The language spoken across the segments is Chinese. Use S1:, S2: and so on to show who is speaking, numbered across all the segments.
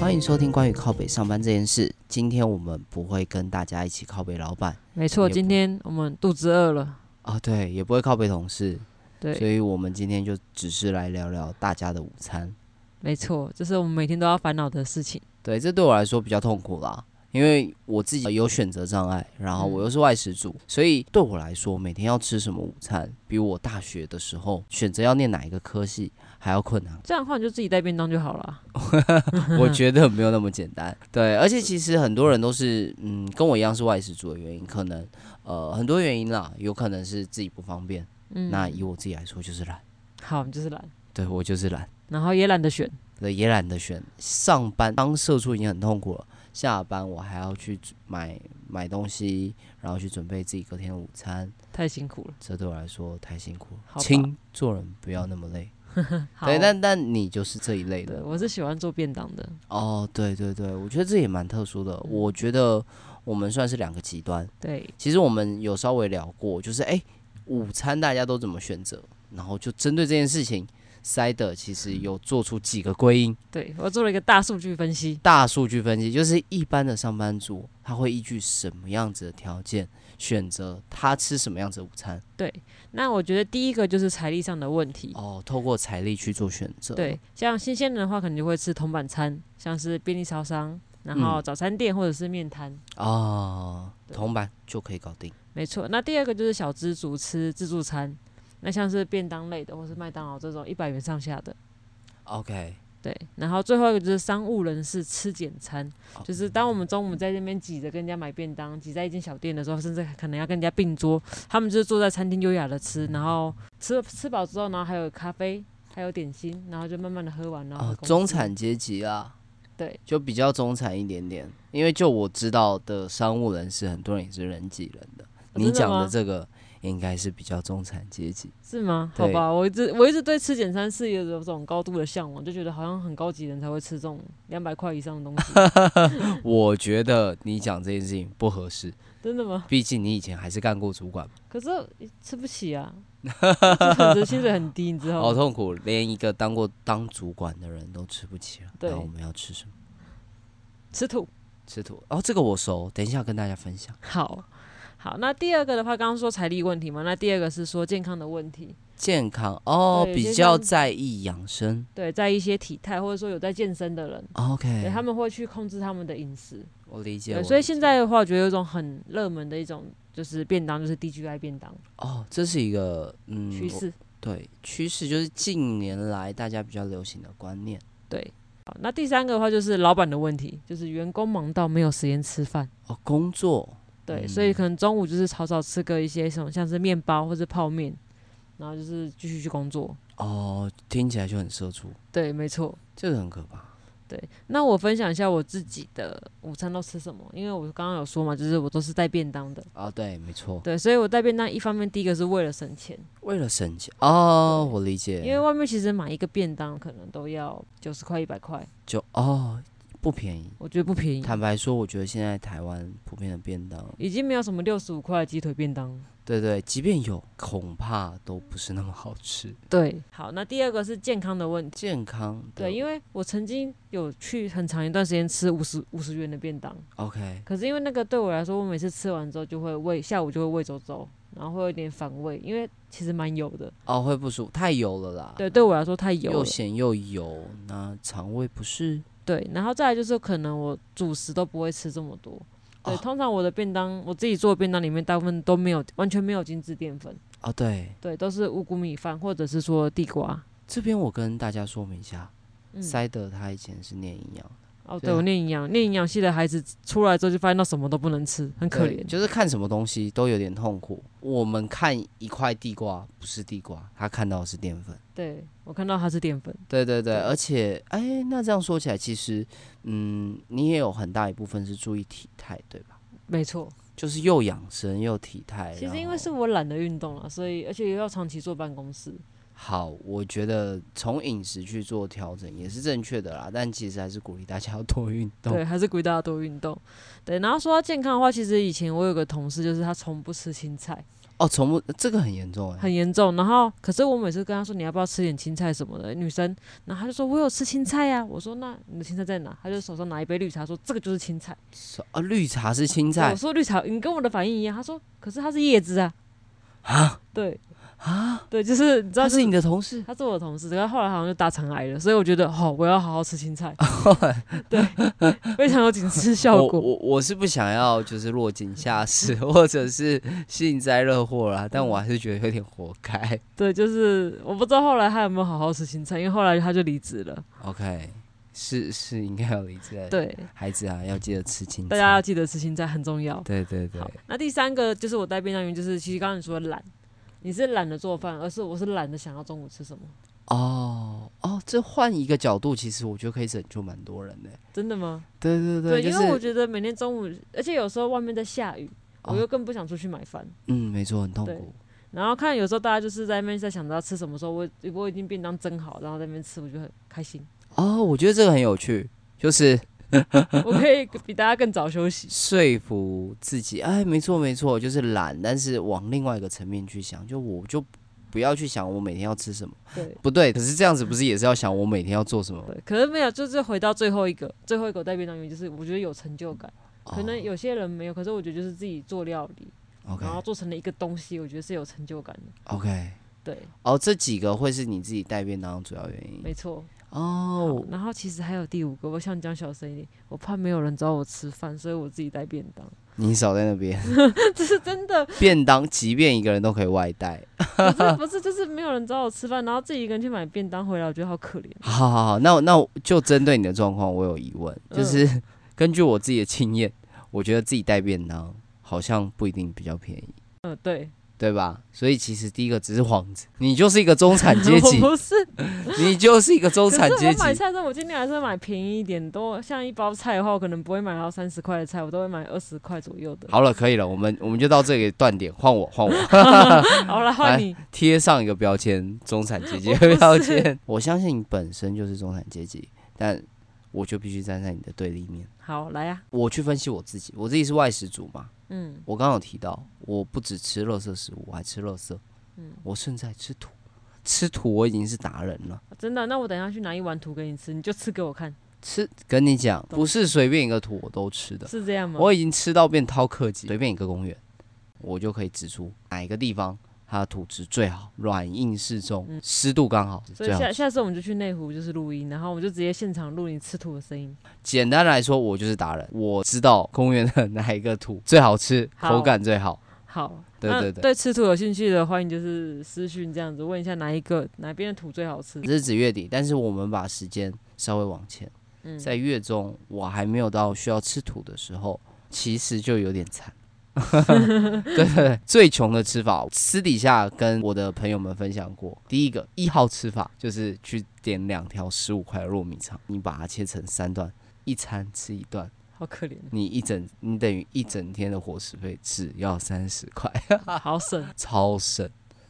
S1: 欢迎收听关于靠北上班这件事。今天我们不会跟大家一起靠北老板
S2: 没错，
S1: 也
S2: 今
S1: 不
S2: 天我们肚子饿了，
S1: 啊，对，也不会靠北同事，所
S2: 对，
S1: 以我们今天就只是来聊聊大家的午餐。
S2: 没错，这是我们每天都要烦恼的事情。
S1: 对，这对我来说比较痛苦啦，因为我自己有选择障碍，然后我又是外食族，所以对我来说，每天要吃什么午餐，比我大学的时候选择要念哪一个科系还要困难。
S2: 这样的话，你就自己带便当就好了。 嗯
S1: 我觉得没有那么简单。对，而且其实很多人都是，嗯，跟我一样是外食族的原因，可能呃很多原因啦，有可能是自己不方便。
S2: 嗯，
S1: 那以我自己来说，就是懒，
S2: 好，你就是懒，
S1: 对我就是懒，
S2: 然后也懒得选。
S1: 对，也懒得选。上班当社畜已经很痛苦了，下班我还要去买买东西，然后去准备自己隔天的午餐，
S2: 太辛苦了，
S1: 这对我来说太辛苦
S2: 好
S1: 了。
S2: 吧
S1: 亲，做人不要那么累。
S2: 好
S1: 对，但但你就是这一类的
S2: 对，。我是喜欢做便当的，
S1: 哦，对对对，我觉得这也蛮特殊的。我
S2: 嗯
S1: 觉得我们算是两个极端。
S2: 对，
S1: 其实我们有稍微聊过，就是哎，午餐大家都怎么选择，然后就针对这件事情，Side 其实
S2: 嗯
S1: 有做出几个归因。
S2: 对我做了一个大数据分析，
S1: 大数据分析就是一般的上班族，他会依据什么样子的条件选择他吃什么样子的午餐？
S2: 对，那我觉得第一个就是财力上的问题。
S1: 哦，透过财力去做选择。
S2: 嗯对，像新鲜人的话，可能就会吃铜板餐，像是便利超商，然后
S1: 嗯
S2: 早餐店或者是面摊。
S1: 哦，
S2: 对
S1: 铜板就可以搞定。
S2: 没错，那第二个就是小资族吃自助餐，那像是便当类的或是麦当劳这种一百元上下的，
S1: OK，
S2: 对。然后最后一个就是商务人士吃简餐，
S1: 哦
S2: 就是当我们中午在那边挤着跟人家买便当，挤在一间小店的时候，甚至可能要跟人家并桌，他们就是坐在餐厅优雅的吃，然后吃吃饱之后，然后还有咖啡，还有点心，然后就慢慢的喝完，然后回
S1: 哦，
S2: 公司
S1: 中产阶级啊，
S2: 对，
S1: 就比较中产一点点。因为就我知道的商务人士，很多人也是人挤人的。你
S2: 哦真的
S1: 讲的
S2: 吗
S1: 这个应该是比较中产阶级，
S2: 是吗？
S1: 对
S2: 好吧，我一直我一直对吃简餐是有这种高度的向往，就觉得好像很高级人才会吃这种两百块以上的东西，
S1: 我觉得你讲这件事情不合适，
S2: 真的吗？
S1: 毕竟你以前还是干过主管，
S2: 可是吃不起啊， 我的薪水很低，你知道
S1: 好
S2: 吗？
S1: 痛苦，连一个当过当主管的人都吃不起了。
S2: 对
S1: 那我们要吃什么？
S2: 吃土。
S1: 吃土哦，这个我熟，等一下跟大家分享。
S2: 好好，那第二个的话，刚刚说财力问题嘛，那第二个是说健康的问题，
S1: 健康哦，
S2: 对
S1: 比
S2: 健
S1: 较
S2: 康
S1: 在意养生。
S2: 对，在一些体态或者说有在健身的人，对，
S1: OK，
S2: 他们会去控制他们的饮食，
S1: 我理解。
S2: 对，
S1: 我
S2: 所以
S1: 理
S2: 现
S1: 解
S2: 在的话，我觉得有一种很热门的一种就是便当，就是 DGI 便当
S1: 哦，这是一个嗯
S2: 趋势。
S1: 对，趋势就是近年来大家比较流行的观念。
S2: 对，好，那第三个的话就是老板的问题，就是员工忙到没有时间吃饭。
S1: 哦，工作
S2: 对，
S1: 嗯
S2: 所以可能中午就是草草吃个一些什么，像是面包或者泡面，然后就是继续去工作。
S1: 哦，听起来就很社畜，
S2: 对，没错。
S1: 这个很可怕。
S2: 对，那我分享一下我自己的午餐都吃什么，因为我刚刚有说嘛，就是我都是带便当的。
S1: 啊、对，没错，
S2: 对，所以我带便当一方面第一个是为了省钱，
S1: 为了省钱哦，
S2: 对
S1: 我理解，
S2: 因为外面其实买一个便当可能都要九十块一百块，
S1: 就哦不便宜。
S2: 我觉得不便宜，
S1: 坦白说，我觉得现在台湾普遍的便当，
S2: 已经没有什么六十五块的鸡腿便当了。
S1: 对对，即便有，恐怕都不是那么好吃。
S2: 对，好，那第二个是健康的问题。
S1: 健康的
S2: 对，因为我曾经有去很长一段时间吃五十五十元的便当，
S1: OK
S2: 可是因为那个对我来说，我每次吃完之后就会胃，下午就会胃走走，然后会有点反胃，因为其实蛮油的。
S1: 哦会不舒服，太油了啦，
S2: 对，对我来说太油
S1: 又
S2: 了。
S1: 咸又油，那肠胃不适。
S2: 对，然后再来就是可能我主食都不会吃这么多。对，
S1: 哦
S2: 通常我的便当，我自己做的便当里面大部分都没有，完全没有精致淀粉，
S1: 哦，对，
S2: 对，都是五谷米饭或者是说地瓜。
S1: 这边我跟大家说明一下，
S2: 嗯，
S1: 塞德他以前是念营养，
S2: 哦，
S1: 对啊
S2: 对我念营养，念营养系的孩子出来之后就发现到什么都不能吃，很可
S1: 对
S2: 怜。
S1: 就是看什么东西都有点痛苦。我们看一块地瓜，不是地瓜，他看到的是淀粉。
S2: 对我看到它是淀粉。
S1: 对对对，
S2: 对
S1: 而且哎，那这样说起来，其实嗯，你也有很大一部分是注意体态，对吧？
S2: 没错，
S1: 就是又养生又体态。
S2: 其
S1: 然
S2: 实因为
S1: 后
S2: 是我懒得运动了，所以而且又要长期坐办公室，
S1: 好，我觉得从饮食去做调整也是正确的啦，但其实还是鼓励大家要多运动。
S2: 对，还是鼓励大家多运动。对，然后说到健康的话，其实以前我有个同事，就是他从不吃青菜，
S1: 哦，从不这个很严重哎、
S2: 很严重。然后，可是我每次跟他说你要不要吃点青菜什么的，女生，然后她就说我有吃青菜呀、啊我说那你的青菜在哪？她就手上拿一杯绿茶，说这个就是青菜。
S1: 是啊，绿茶是青菜
S2: 我说绿茶，你跟我的反应一样。她说啊可是它是叶子啊。
S1: 啊，
S2: 对
S1: 啊，
S2: 对，就是你知道
S1: 他
S2: 就是
S1: 是你的同事，
S2: 他是我的同事，可是后来好像就大肠癌了，所以我觉得好、我要好好吃青菜。对，非常有警示效
S1: 我
S2: 果。
S1: 我我是不想要就是落井下石 或者是幸灾乐祸
S2: 嗯
S1: 啦，但我还是觉得有点活该。
S2: 对，就是我不知道后来他有没有好好吃青菜，因为后来他就离职了。
S1: OK，是是应该要理解。，
S2: 对，
S1: 孩子啊，要记得吃青
S2: 大家要
S1: 菜。
S2: 记得吃青菜很重要。
S1: 对对对
S2: 好，那第三个就是我带便当员，就是其实刚刚你说的懒，你是懒得做饭，而是我是懒得想要中午吃什么。
S1: 哦哦，这换一个角度，其实我觉得可以拯救蛮多人的。
S2: 真的吗？
S1: 对对
S2: 对，
S1: 就
S2: 因为我
S1: 是
S2: 觉得每天中午，而且有时候外面在下雨，
S1: 哦
S2: 我又更不想出去买饭。
S1: 嗯，没错，很痛
S2: 对
S1: 苦。
S2: 然后看有时候大家就是在那边在想着要吃什么时候，我我已经便当蒸好，然后在那边吃，我就很 开心，
S1: 哦，我觉得这个很有趣，就是
S2: 我可以比大家更早休息。
S1: 说服自己，哎，没错没错，就是懒，但是往另外一个层面去想，就我就不要去想我每天要吃什么，
S2: 对
S1: 不对，可是这样子不是也是要想我每天要做什么？
S2: 对，可是没有，就是回到最后一个，最后一个我带便当员就是我觉得有成就感，
S1: 哦
S2: 可能有些人没有，可是我觉得就是自己做料理，
S1: OK
S2: 然后做成了一个东西，我觉得是有成就感的。
S1: OK，
S2: 对，
S1: 哦，这几个会是你自己带便当的主要原因
S2: 没错。
S1: 哦。
S2: 然后其实还有第五个，我想讲小声一点，我怕没有人找我吃饭，所以我自己带便当，
S1: 你少在那边，
S2: 这是真的，
S1: 便当即便一个人都可以外带。
S2: 不 是不是，就是没有人找我吃饭，然后自己一个人去买便当回来，我觉得好可怜。
S1: 好好好，那我那我就针对你的状况，我有疑问，就是、
S2: 嗯
S1: 根据我自己的经验，我觉得自己带便当好像不一定比较便宜。
S2: 嗯，对，
S1: 对吧？所以其实第一个只是幌子，你就是一个中产阶级，
S2: 我不是，
S1: 你就是一个中产
S2: 可是
S1: 阶
S2: 我
S1: 级。
S2: 买菜的时候，我尽量还是会买便宜一点，都像一包菜的话，我可能不会买到三十块的菜，我都会买二十块左右的。
S1: 好了，可以了，我们我们就到这里断点，换我，换我，
S2: 好了，换你，
S1: 贴上一个标签，中产阶级
S2: 我不
S1: 的
S2: 是
S1: 标签。 我相信你本身就是中产阶级，但我就必须站在你的对立面。
S2: 好来啊呀、
S1: 我去分析我自己，我自己是外食族嘛，
S2: 嗯，
S1: 我刚刚有提到，我不只吃垃圾食物，我还吃垃圾，
S2: 嗯
S1: 我甚至还吃土，吃土我已经是达人了。
S2: 真的，那我等一下去拿一碗土给你吃，你就吃给我看，
S1: 吃，跟你讲，
S2: 懂
S1: 不是随便一个土我都吃的。
S2: 是这样吗？
S1: 我已经吃到变饕客级，随便一个公园，我就可以指出哪一个地方它的土质最好，软硬适中，湿、度刚好是
S2: 嗯所以
S1: 最好
S2: 下。下次我们就去内湖，就是录音，然后我们就直接现场录你吃土的声音。
S1: 简单来说，我就是达人，我知道公园的哪一个土最好吃，
S2: 好
S1: 口感最好。
S2: 好，
S1: 对
S2: 那
S1: 对对
S2: 对吃土有兴趣的，欢迎就是私讯这样子问一下哪一个哪边的土最好吃。
S1: 这是指月底，但是我们把时间稍微往前，
S2: 嗯，
S1: 在月中我还没有到需要吃土的时候，其实就有点惨。 对对对，最穷的吃法，私底下跟我的朋友们分享过。第一个一号吃法就是去点两条十五块的糯米肠，你把它切成三段，一餐吃一段，
S2: 好可怜，
S1: 你一整你等于一整天的伙食费只要三十块，
S2: 好省。
S1: 超省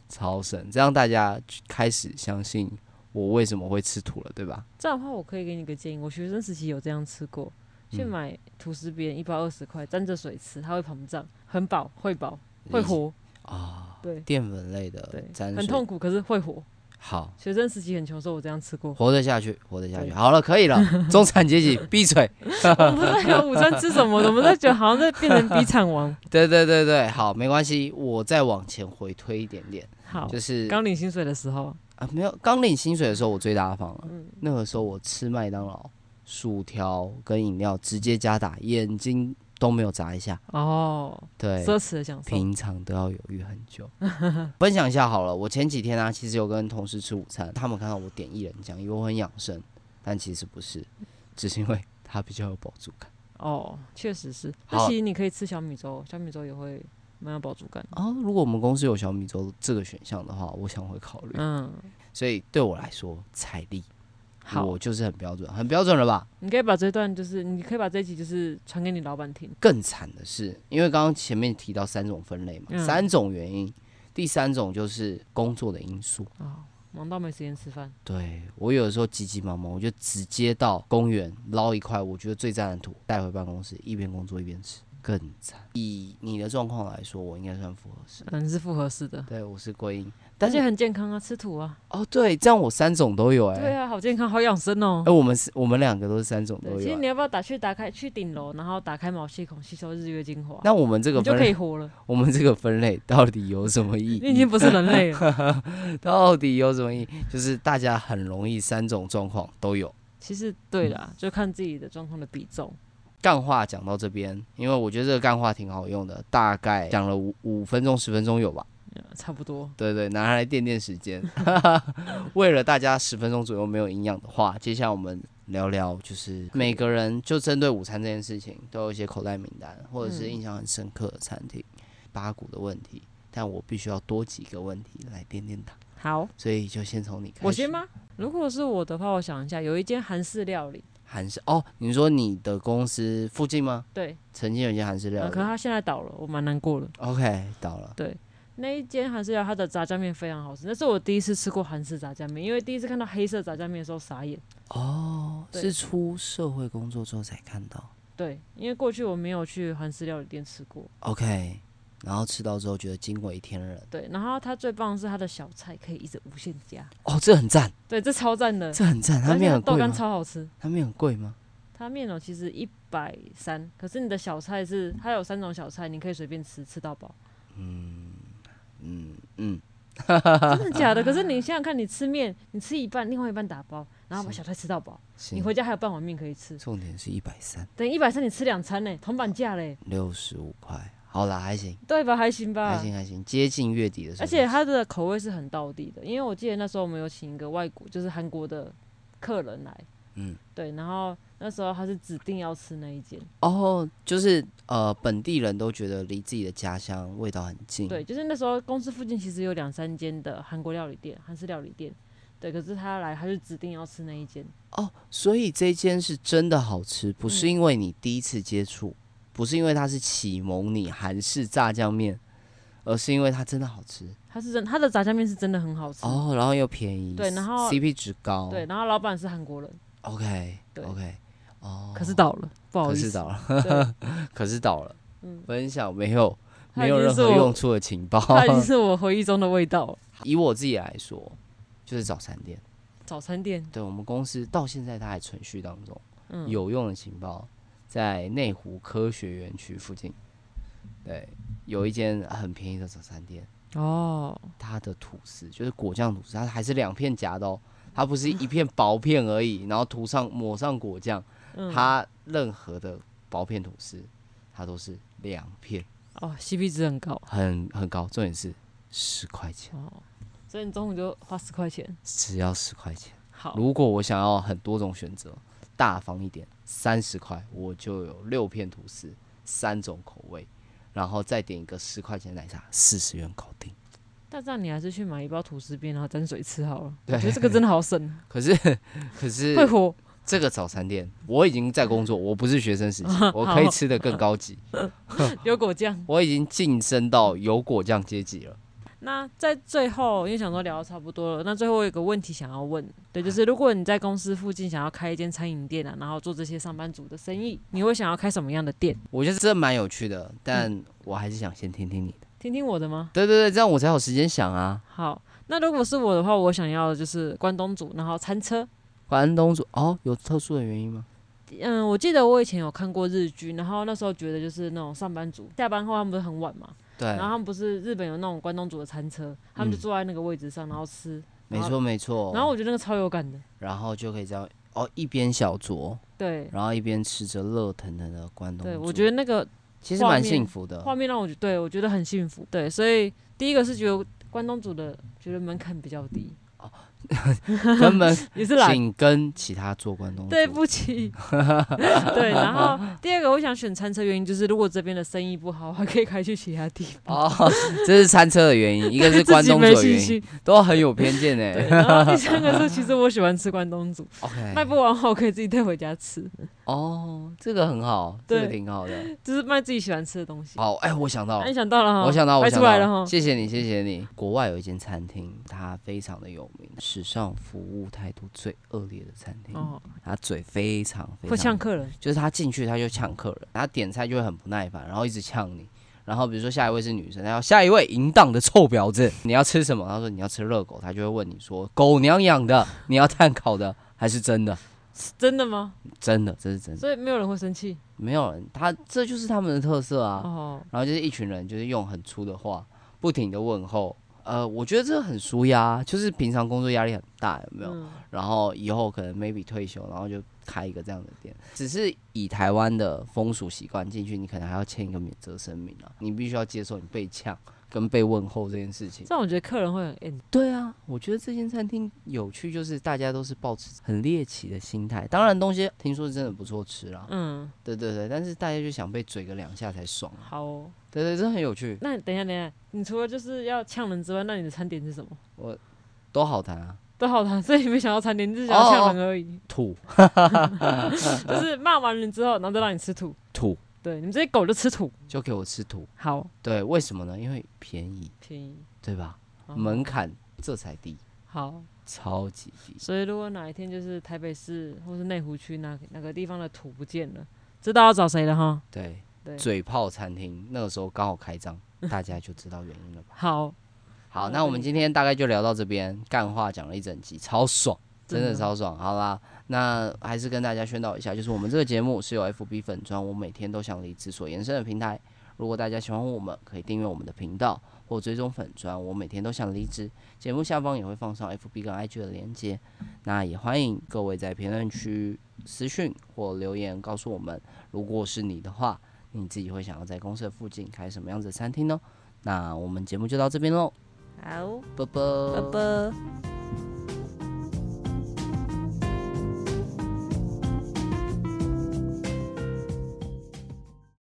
S1: 超省。这样大家开始相信我为什么会吃土了，对吧？
S2: 这样的话，我可以给你个建议，我学生时期有这样吃过，去
S1: 嗯
S2: 买吐司边一包二十块，沾着水吃，它会膨胀，很饱，会饱，会活，
S1: 啊，
S2: 对
S1: 淀粉类的
S2: 对，
S1: 沾
S2: 很
S1: 水
S2: 痛苦，可是会活。
S1: 好。。
S2: 学生时期很穷的时候，我这样吃过
S1: 活得下去，活得下去。
S2: 对
S1: 好了，可 以了，中产阶级，闭嘴。
S2: 我们在聊午餐吃什么，我们在觉得好像在变成比惨王。
S1: 对对对对，好，没关系，我再往前回推一点点，
S2: 好，
S1: 就是
S2: 刚领薪水的时候，
S1: 啊，没有刚领薪水的时候，我最大方了。
S2: 嗯
S1: 那个时候我吃麦当劳、薯条跟饮料直接加打，眼睛都没有眨一下。
S2: 哦，
S1: 对，
S2: 奢侈的享受。
S1: 平常都要犹豫很 久。分享一下好了，我前几天啊，其实有跟同事吃午餐，他们看到我点一人酱，以为我很养生，但其实不是，只是因为它比较有饱足感。
S2: 哦，确实是。
S1: 好
S2: 那其实你可以吃小米粥，小米粥也会蛮有饱足感的。
S1: 哦，如果我们公司有小米粥这个选项的话，我想会考虑。
S2: 嗯，
S1: 所以对我来说，财力
S2: 好
S1: 我，就是很标准，很标准了吧？
S2: 你可以把这段就是，你可以把这一集就是传给你老板听。
S1: 更惨的是，因为刚刚前面提到三种分类嘛，
S2: 嗯
S1: 三种原因，第三种就是工作的因素。
S2: 哦，忙到没时间吃饭。
S1: 对我有的时候急急忙忙，我就直接到公园捞一块我觉得最赞的土带回办公室，一边工作一边吃。更惨。以你的状况来说，我应该算复合式。
S2: 嗯，是复合式的，
S1: 对，我是归因，
S2: 而
S1: 但
S2: 且
S1: 是
S2: 很健康啊，吃土啊，
S1: 哦，对，这样我三种都有哎、
S2: 对啊，好健康，好养生哦
S1: 哎、。我们是，我们两个都是三种
S2: 对，
S1: 都
S2: 其实
S1: 有
S2: 你
S1: 欸。
S2: 要不要打去打开去顶楼，然后打开毛细孔吸收日月精华，
S1: 那我们这个
S2: 你就
S1: 分
S2: 可以
S1: 类，
S2: 活了。
S1: 我们这个分类到底有什么意
S2: 你已经
S1: 义？
S2: 不是人 类了。
S1: 到底有什么意义？就是大家很容易三种状况都有。
S2: 其实对
S1: 嗯
S2: 啦，就看自己的状况的比重。
S1: 干话讲到这边，因为我觉得这个干话挺好用的，大概讲了五五分钟、十分钟有吧。
S2: 呃差不多，
S1: 对对，拿来垫垫时间。 为了大家十分钟左右没有营养的话，接下来我们聊聊，就是每个人就针对午餐这件事情，都有一些口袋名单，或
S2: 嗯
S1: 者是印象很深刻的餐厅、八股的问题。但我必须要多几个问题来垫垫它，
S2: 好，
S1: 所以就先从你开始。
S2: 我先？吗？如果是我的话，我想一下，有一间韩式料理，
S1: 韩式哦，你说你的公司附近吗？
S2: 对，
S1: 曾经有一些韩式料
S2: 呃、
S1: 理。
S2: 可是它现在倒了，我蛮难过的。
S1: OK，到了。
S2: 那一间韩式料理，它的炸酱面非常好吃，那是我第一次吃过韩式炸酱面，因为第一次看到黑色炸酱面的时候傻眼。
S1: 哦，
S2: 对
S1: 是出社会工作之后才看到。
S2: 对，因为过去我没有去韩式料理店吃过。
S1: OK，然后吃到之后觉得惊为天人。
S2: 对，然后它最棒的是它的小菜可以一直无限加，
S1: 哦，这很赞，
S2: 对，这超赞的。
S1: 这很赞。它
S2: 而且
S1: 面
S2: 它
S1: 很
S2: 豆
S1: 贵
S2: 干
S1: 吗？
S2: 超好吃，
S1: 它面很贵吗？
S2: 它面哦其实一百三，可是你的小菜是它有三种小菜，你可以随便吃，吃到饱。
S1: 嗯嗯，
S2: 真的假的？可是你想想看，你吃面，你吃一半，另外一半打包，然后把小菜吃到饱，
S1: 行
S2: 你回家还有半碗面可以吃。
S1: 重点是一百三
S2: 等一百三，你吃两餐呢，铜板价嘞，
S1: 六十五块，好啦，还行，
S2: 对吧？还行吧
S1: 还。行还行，接近月底的时候。
S2: 而且它的口味是很道地的，因为我记得那时候我们有请一个外国，就是韩国的客人来，
S1: 嗯，
S2: 对，然后那时候他是指定要吃那一间，
S1: 哦，就是呃，本地人都觉得离自己的家乡味道很近。
S2: 对，，就是那时候公司附近其实有两三间的韩国料理店、韩式料理店，对，可是他来他就指定要吃那一间，
S1: 哦，所以这间是真的好吃，不是
S2: 嗯
S1: 因为你第一次接触，不是因为它是启蒙你韩式炸酱面，而是因为它真的好吃
S2: 他是真他的炸酱面是真的很好吃，
S1: 哦，然后又便宜，
S2: 对然后
S1: CP 值高，
S2: 对，然后老板是韩国人，
S1: ，OK
S2: 对
S1: OK，哦，
S2: 可是倒了，不好
S1: 可
S2: 意
S1: 是
S2: 思，
S1: 倒了，
S2: 对，
S1: 可是倒了，
S2: 嗯
S1: 分享没有
S2: 它
S1: 没
S2: 已
S1: 有
S2: 经
S1: 任
S2: 是
S1: 何
S2: 我
S1: 用处的情报，
S2: 它已 经是我回忆中的味道了。
S1: 以我自己来说，就是早餐店，
S2: 早 餐店，
S1: 对我们公司到现在它还存续当中，
S2: 嗯，
S1: 有用的情报，在内湖科学园区附近，对，有一间很便宜的早餐店，
S2: 哦，
S1: 它的吐司就是果酱吐司，它还是两片夹的哦，它不是一片薄片而 已，然后涂上抹上果酱，
S2: 嗯，
S1: 它任何的薄片吐司，它都是两片，
S2: 哦，CP 值很高
S1: 很很高，重点是十块钱，
S2: 哦，所以你中午就花十块钱，
S1: 只要十块钱。
S2: 好，
S1: 如果我想要很多种选择，大方一点，三十块我就有六片吐司，三种口味，然后再点一个十块钱的奶茶，四十元搞定。
S2: 但这样你还是去买一包吐司边，然后沾水吃好了。
S1: 对
S2: 我觉得这个真的好省，
S1: 可是，可 是
S2: 会火。
S1: 这个早餐店我已经在工作，我不是学生时期，我可以吃的更高级，
S2: 有果酱。
S1: 我已经晋升到有果酱阶级了。
S2: 那在最后，因为想说聊的差不多了，那最后我有个问题想要问，对，
S1: 啊
S2: 就是如果你在公司附近想要开一间餐饮店啊，然后做这些上班族的生意，你会想要开什么样的店？
S1: 我觉得这蛮有趣的，但我还是想先听听你的。
S2: 听听我的吗？
S1: 对对对，这样我才有时间想啊。
S2: 好，那如果是我的话，我想要的就是关东煮，然后餐车。
S1: 关东煮哦，有特殊的原因吗？
S2: 嗯，我记得我以前有看过日剧，然后那时候觉得就是那种上班族下班后他们不是很晚嘛，
S1: 对
S2: 然，后他们不是日本有那种关东煮的餐车，他们就
S1: 哎嗯
S2: 坐在那个位置上，然后吃，
S1: 没错没错。
S2: 然后我觉得那个超有感的，
S1: 然后就可以这样哦，一边小酌，
S2: 对
S1: 然后一边吃着热腾腾的嗯关东
S2: 对，
S1: 煮，
S2: 我觉得那个
S1: 其实蛮幸福的。
S2: 画面让我觉得，对我觉得很幸福。对，所以第一个是觉得关东煮的觉得门槛比较低，
S1: 根 本
S2: 也是懒。
S1: 紧跟其他做关东煮，
S2: 啊对不起， 对，然后 第二个我想选餐车原因就是，如果这边的生意不好，还可以开去其他地方，
S1: 哦，这是餐车的原 因，一个是
S2: 自
S1: 关
S2: 己
S1: 东煮
S2: 没
S1: 的
S2: 信
S1: 原因，
S2: 心。
S1: 都很有偏见
S2: 对，哎
S1: 哎。
S2: 然后第三个是，其实我喜欢吃关东煮，卖
S1: OK，
S2: 不完的话我可以自己带回家吃。
S1: 哦，这个很好，这个
S2: 对
S1: 挺好的。
S2: 就是卖自己喜欢吃的东西。
S1: 好，哎、我想到
S2: 啊
S1: 了
S2: 你。想到了哈，
S1: 我想到，我
S2: 快
S1: 想
S2: 出来了
S1: 到，
S2: 哈。
S1: 谢谢你，谢谢你。国外有一间餐厅，它非常的有名，史上服务态度最恶劣的餐厅。
S2: 哦，
S1: 他嘴非常非常
S2: 会呛客人，
S1: 就是他进去他就呛客人，他点菜就会很不耐烦，然后一直呛你。然后比如说下一位是女生，他要下一位淫荡的臭婊子， 你要吃什么？他说你要吃热狗，他就会问你说狗娘养的，你要碳烤的还是真的？
S2: 是真的吗？
S1: 真的，这是真的，
S2: 所以没有人会生气
S1: 没有人，他这就是他们的特色啊。
S2: 哦。
S1: 然后就是一群人，就是用很粗的话，不停的问候。呃，我觉得这很舒压，就是平常工作压力很大，有没有？
S2: 嗯
S1: 然后以后可能 maybe 退休，然后就开一个这样的店。只是以台湾的风俗习惯进去，你可能还要签一个免责声明啊，你必须要接受你被呛跟被问候这件事情。
S2: 这样我觉得客人会很 en-
S1: 对啊，我觉得这间餐厅有趣，就是大家都是抱持很猎奇的心态。当然，东西听说是真的不错吃啦，
S2: 嗯，
S1: 对对对，但是大家就想被嘴个两下才爽啊。
S2: 好哦。
S1: 对对，这很有趣，
S2: 那等一下，等一下，你除了就是要呛人之外，那你的餐点是什么？
S1: 多好谈啊！
S2: 都好谈，所以你没想到餐点，你只想要呛人而已。
S1: 吐
S2: 就是骂完人之后，然后再让你吃土。
S1: 吐
S2: 对，你们这些狗就吃土。
S1: 就给我吃吐，
S2: 好，
S1: 对，为什么呢？因为便宜，
S2: 便宜。
S1: 对吧？
S2: 哦
S1: 门槛这才低。
S2: 好，
S1: 超级低。
S2: 所以如果哪一天就是台北市或是内湖区哪哪个地方的土不见了，知道要找谁了哈。
S1: 对，
S2: 对，
S1: 嘴炮餐厅那个时候刚好开张，大家就知道原因了吧？
S2: 好，
S1: 好，那我
S2: 嗯
S1: 们今天大概就聊到这边，干话讲了一整集，超爽，真的
S2: 真的
S1: 超爽。好啦，那还是跟大家宣导一下，就是我们这个节目是由 FB 粉专我每天都想离职所延伸的平台。如果大家喜欢我们，可以订阅我们的频道或追踪粉专。我每天都想离职，节目下方也会放上 FB 跟 IG 的连接。那也欢迎各位在评论区私讯或留言告诉我们，如果是你的话，你自己会想要在公司的哦附近开什么样子的餐厅呢？那我们节目就到这边喽，
S2: 好，
S1: 啵啵
S2: 拜拜。